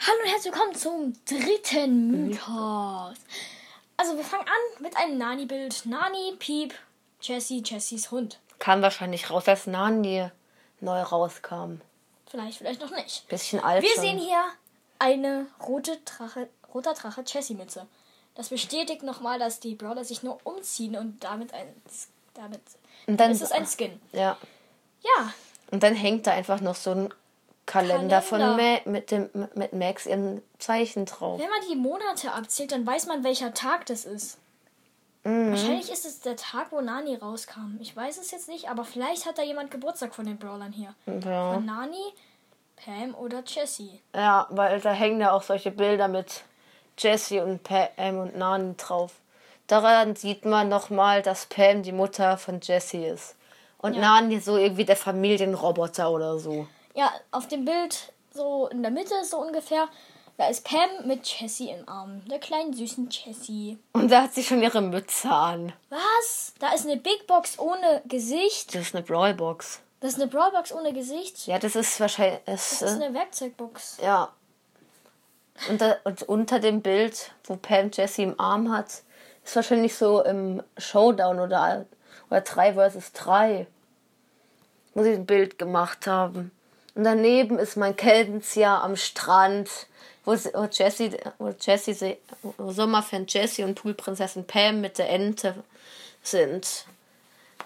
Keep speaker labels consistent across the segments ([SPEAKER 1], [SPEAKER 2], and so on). [SPEAKER 1] Hallo und herzlich willkommen zum dritten
[SPEAKER 2] Mhm.
[SPEAKER 1] Mythos. Also wir fangen an mit einem Nani-Bild. Nani, Piep, Jessie, Jessies Hund.
[SPEAKER 2] Kam wahrscheinlich raus, als Nani neu rauskam.
[SPEAKER 1] Vielleicht, vielleicht noch nicht.
[SPEAKER 2] Bisschen alt.
[SPEAKER 1] Wir
[SPEAKER 2] schon.
[SPEAKER 1] sehen hier eine rote Drache, roter Drache Jessie-Mütze. Das bestätigt nochmal, dass die Brawler sich nur umziehen und damit ein damit
[SPEAKER 2] Und dann-
[SPEAKER 1] ist es ein Skin.
[SPEAKER 2] Ja.
[SPEAKER 1] Ja,
[SPEAKER 2] Und dann hängt da einfach noch so ein Kalender, von Ma
[SPEAKER 1] Kalender.
[SPEAKER 2] mit dem mit Max ihrem Zeichen drauf.
[SPEAKER 1] wenn man die Monate abzählt, dann weiß man, welcher Tag das ist.
[SPEAKER 2] Mhm.
[SPEAKER 1] Wahrscheinlich ist es der Tag, wo Nani rauskam. Ich weiß es jetzt nicht, aber vielleicht hat da jemand Geburtstag von den Brawlern hier.
[SPEAKER 2] Ja.
[SPEAKER 1] Von Nani, Pam oder Jessie.
[SPEAKER 2] ja, weil da hängen ja auch solche Bilder mit Jessie und Pam und Nani drauf. Daran sieht man nochmal, dass Pam die Mutter von Jessie ist. Und Nani so irgendwie der Familienroboter oder so.
[SPEAKER 1] Ja, auf dem Bild, so in der Mitte, so ungefähr, da ist Pam mit Jessie im Arm. Der kleinen süßen Jessie.
[SPEAKER 2] Und da hat sie schon ihre Mütze an.
[SPEAKER 1] Was? Da ist eine Big Box ohne Gesicht.
[SPEAKER 2] Das ist eine Brawlbox.
[SPEAKER 1] Das ist eine Brawlbox ohne Gesicht.
[SPEAKER 2] Ja, das ist wahrscheinlich. Es,
[SPEAKER 1] Das
[SPEAKER 2] äh,
[SPEAKER 1] ist eine Werkzeugbox.
[SPEAKER 2] Ja. Und, da, und unter dem Bild, wo Pam Jesse im Arm hat, ist wahrscheinlich so im Showdown oder, oder 3 vs 3, wo sie ein Bild gemacht haben. Und daneben ist mein Keltenzieher am Strand, wo, sie- wo Jesse, wo Jesse, sie- wo Sommerfan Jesse und Poolprinzessin Pam mit der Ente sind.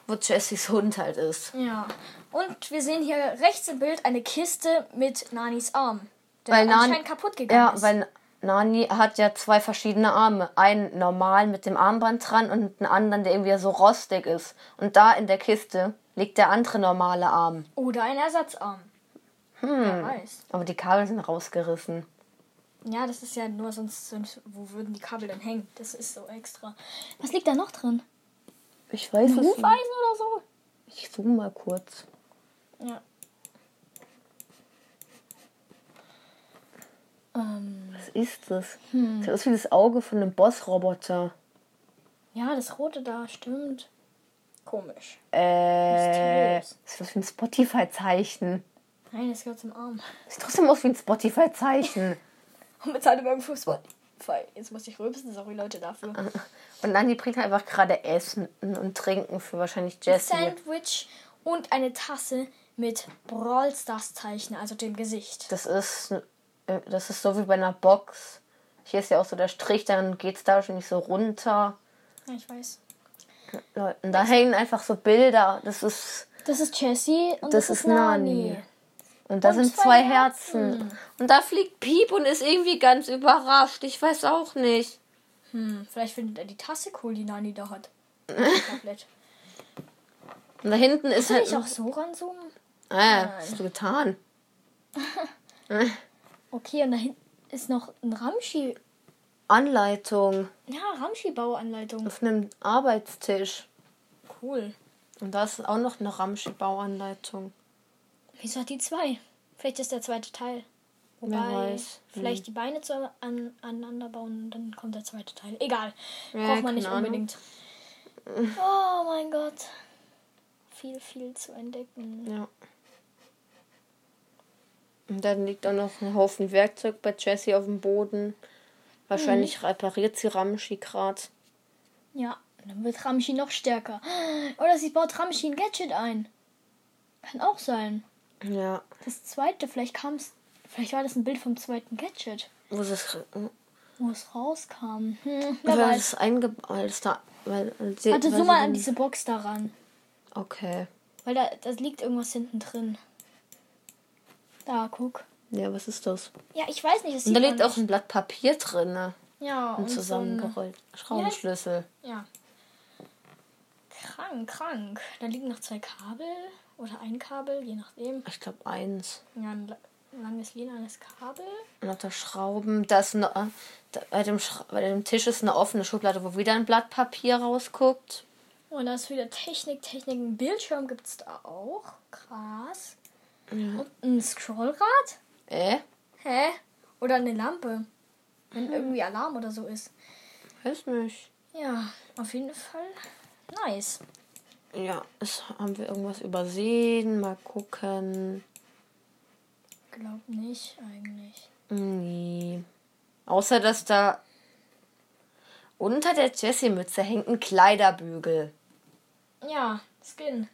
[SPEAKER 2] Wo Jessys Hund halt ist.
[SPEAKER 1] Ja. Und wir sehen hier rechts im Bild eine Kiste mit Nanis Arm. Der
[SPEAKER 2] Weil Nani-
[SPEAKER 1] anscheinend kaputt gegangen
[SPEAKER 2] Ja,
[SPEAKER 1] ist.
[SPEAKER 2] weil Nani hat ja zwei verschiedene Arme. Einen normal mit dem Armband dran und einen anderen, der irgendwie so rostig ist. Und da in der Kiste liegt der andere normale Arm.
[SPEAKER 1] Oder ein Ersatzarm.
[SPEAKER 2] Hm.
[SPEAKER 1] Wer weiß.
[SPEAKER 2] Aber die Kabel sind rausgerissen.
[SPEAKER 1] Ja, das ist ja nur sonst, sonst, wo würden die Kabel denn hängen? Das ist so extra. Was liegt da noch drin?
[SPEAKER 2] Ich weiß es
[SPEAKER 1] Hufeisen oder so?
[SPEAKER 2] Ich zoome mal kurz.
[SPEAKER 1] Ja. Ähm,
[SPEAKER 2] Was ist das?
[SPEAKER 1] Hm.
[SPEAKER 2] Das ist wie das Auge von einem Bossroboter.
[SPEAKER 1] ja, das Rote da stimmt. Komisch.
[SPEAKER 2] Äh,
[SPEAKER 1] Mysteriös.
[SPEAKER 2] ist das wie ein Spotify-Zeichen?
[SPEAKER 1] Nein, das gehört zum Arm.
[SPEAKER 2] Sieht trotzdem aus wie ein Spotify-Zeichen.
[SPEAKER 1] Und bezahlt über Spotify. Jetzt muss ich rülpsen, sorry Leute dafür.
[SPEAKER 2] Ah, Und Nani bringt halt einfach gerade Essen und Trinken für wahrscheinlich Jessie.
[SPEAKER 1] Sandwich und eine Tasse mit Brawl Stars Zeichen, also dem Gesicht.
[SPEAKER 2] Das ist, äh, das ist so wie bei einer Box. Hier ist ja auch so der Strich, dann geht es da wahrscheinlich so runter.
[SPEAKER 1] Ja, ich weiß.
[SPEAKER 2] Leute, Und da hängen einfach so Bilder. Das ist.
[SPEAKER 1] Das ist Jessie und das,
[SPEAKER 2] Das
[SPEAKER 1] ist
[SPEAKER 2] ist
[SPEAKER 1] Nani.
[SPEAKER 2] Nani. Und da
[SPEAKER 1] Und
[SPEAKER 2] sind
[SPEAKER 1] zwei
[SPEAKER 2] zwei Herzen. Und da fliegt Piep und ist irgendwie ganz überrascht. Ich weiß auch nicht.
[SPEAKER 1] Hm, vielleicht findet er die Tasse cool, die Nani da hat. Das Tablett.
[SPEAKER 2] Und da hinten ist
[SPEAKER 1] Kann
[SPEAKER 2] halt.
[SPEAKER 1] ich auch so ranzoomen?
[SPEAKER 2] Äh, was hast du getan?
[SPEAKER 1] Okay, und da hinten ist noch ein Ramschi.
[SPEAKER 2] Anleitung
[SPEAKER 1] Ja, Ramschi-Bauanleitung.
[SPEAKER 2] auf einem Arbeitstisch.
[SPEAKER 1] Cool.
[SPEAKER 2] Und da ist auch noch eine Ramschi-Bauanleitung.
[SPEAKER 1] Wieso hat die zwei? Vielleicht ist der zweite Teil. Wobei,
[SPEAKER 2] weiß. Hm.
[SPEAKER 1] vielleicht die Beine zu an, aneinander bauen und dann kommt der zweite Teil. Egal.
[SPEAKER 2] Ja,
[SPEAKER 1] Braucht man nicht
[SPEAKER 2] keine Ahnung.
[SPEAKER 1] unbedingt. Oh mein Gott. Viel, viel zu entdecken.
[SPEAKER 2] Ja. Und dann liegt auch noch ein Haufen Werkzeug bei Jessie auf dem Boden. Wahrscheinlich
[SPEAKER 1] Mhm.
[SPEAKER 2] repariert sie Ramschi gerade.
[SPEAKER 1] Ja, dann wird Ramschi noch stärker. Oder sie baut Ramschi ein Gadget ein. Kann auch sein.
[SPEAKER 2] Ja.
[SPEAKER 1] Das zweite, vielleicht kam es. Vielleicht war das ein Bild vom zweiten Gadget,
[SPEAKER 2] Wo ist es?
[SPEAKER 1] wo es rauskam. Hm, wer
[SPEAKER 2] Weil
[SPEAKER 1] weiß.
[SPEAKER 2] es einge weil es da. Weil, weil sie,
[SPEAKER 1] Warte,
[SPEAKER 2] weil
[SPEAKER 1] so
[SPEAKER 2] sie
[SPEAKER 1] mal
[SPEAKER 2] dann-
[SPEAKER 1] an diese Box daran.
[SPEAKER 2] Okay.
[SPEAKER 1] Weil da, da liegt irgendwas hinten drin. Da, guck.
[SPEAKER 2] Ja, was ist das?
[SPEAKER 1] Ja, ich weiß nicht. Das
[SPEAKER 2] Und
[SPEAKER 1] sieht
[SPEAKER 2] da
[SPEAKER 1] man
[SPEAKER 2] liegt auch
[SPEAKER 1] nicht.
[SPEAKER 2] ein Blatt Papier drin, ne?
[SPEAKER 1] ja, und
[SPEAKER 2] Und zusammengerollt. Schraubenschlüssel.
[SPEAKER 1] So ein, ja. Krank, krank. Da liegen noch zwei Kabel. Oder ein Kabel, je nachdem.
[SPEAKER 2] Ich glaube, eins.
[SPEAKER 1] Ja, ein la- langes lilanes Kabel.
[SPEAKER 2] Und auf der Schrauben, da ist eine, da, bei, dem Schra bei dem Tisch ist eine offene Schublade, wo wieder ein Blatt Papier rausguckt.
[SPEAKER 1] Und da ist wieder Technik, Technik. Ein Bildschirm gibt es da auch. Krass. Und ein Scrollrad?
[SPEAKER 2] Äh?
[SPEAKER 1] Hä? Oder eine Lampe. Wenn irgendwie Alarm oder so ist.
[SPEAKER 2] Weiß nicht.
[SPEAKER 1] Ja, auf jeden Fall nice.
[SPEAKER 2] Ja, es haben wir irgendwas übersehen. Mal gucken.
[SPEAKER 1] Glaub nicht, eigentlich.
[SPEAKER 2] Hm, Außer, dass da unter der Jessie-Mütze hängt ein Kleiderbügel.
[SPEAKER 1] Ja, Skin.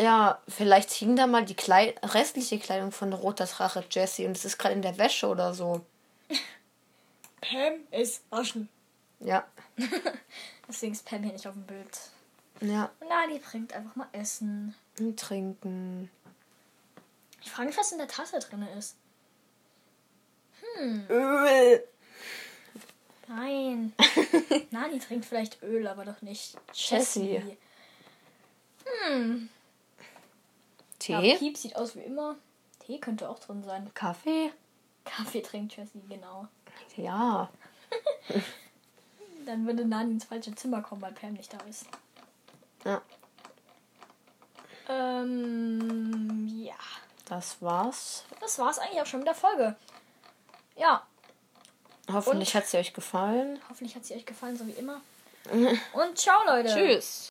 [SPEAKER 2] Ja, vielleicht hing da mal die Kleid restliche Kleidung von Roter Drache Jessie und es ist gerade in der Wäsche oder so.
[SPEAKER 1] Pam ist waschen.
[SPEAKER 2] Ja,
[SPEAKER 1] Deswegen ist Pam hier nicht auf dem Bild.
[SPEAKER 2] ja.
[SPEAKER 1] Und Nani bringt einfach mal Essen.
[SPEAKER 2] Und trinken.
[SPEAKER 1] Ich frage mich, was in der Tasse drin ist.
[SPEAKER 2] Öl.
[SPEAKER 1] Nein. Nani trinkt vielleicht Öl, aber doch nicht
[SPEAKER 2] Jessie.
[SPEAKER 1] Jessie. Hm. Ja,
[SPEAKER 2] Tee.
[SPEAKER 1] Piep sieht aus wie immer. Tee könnte auch drin sein.
[SPEAKER 2] Kaffee.
[SPEAKER 1] Kaffee trinkt Jessie, genau.
[SPEAKER 2] Ja.
[SPEAKER 1] Dann würde Nani ins falsche Zimmer kommen, weil Pam nicht da ist.
[SPEAKER 2] Ja.
[SPEAKER 1] Ähm, ja.
[SPEAKER 2] Das war's.
[SPEAKER 1] Das war's eigentlich auch schon mit der Folge. Ja,
[SPEAKER 2] Hoffentlich hat sie euch gefallen.
[SPEAKER 1] hoffentlich hat sie euch gefallen, so wie immer. Und ciao, Leute.
[SPEAKER 2] Tschüss.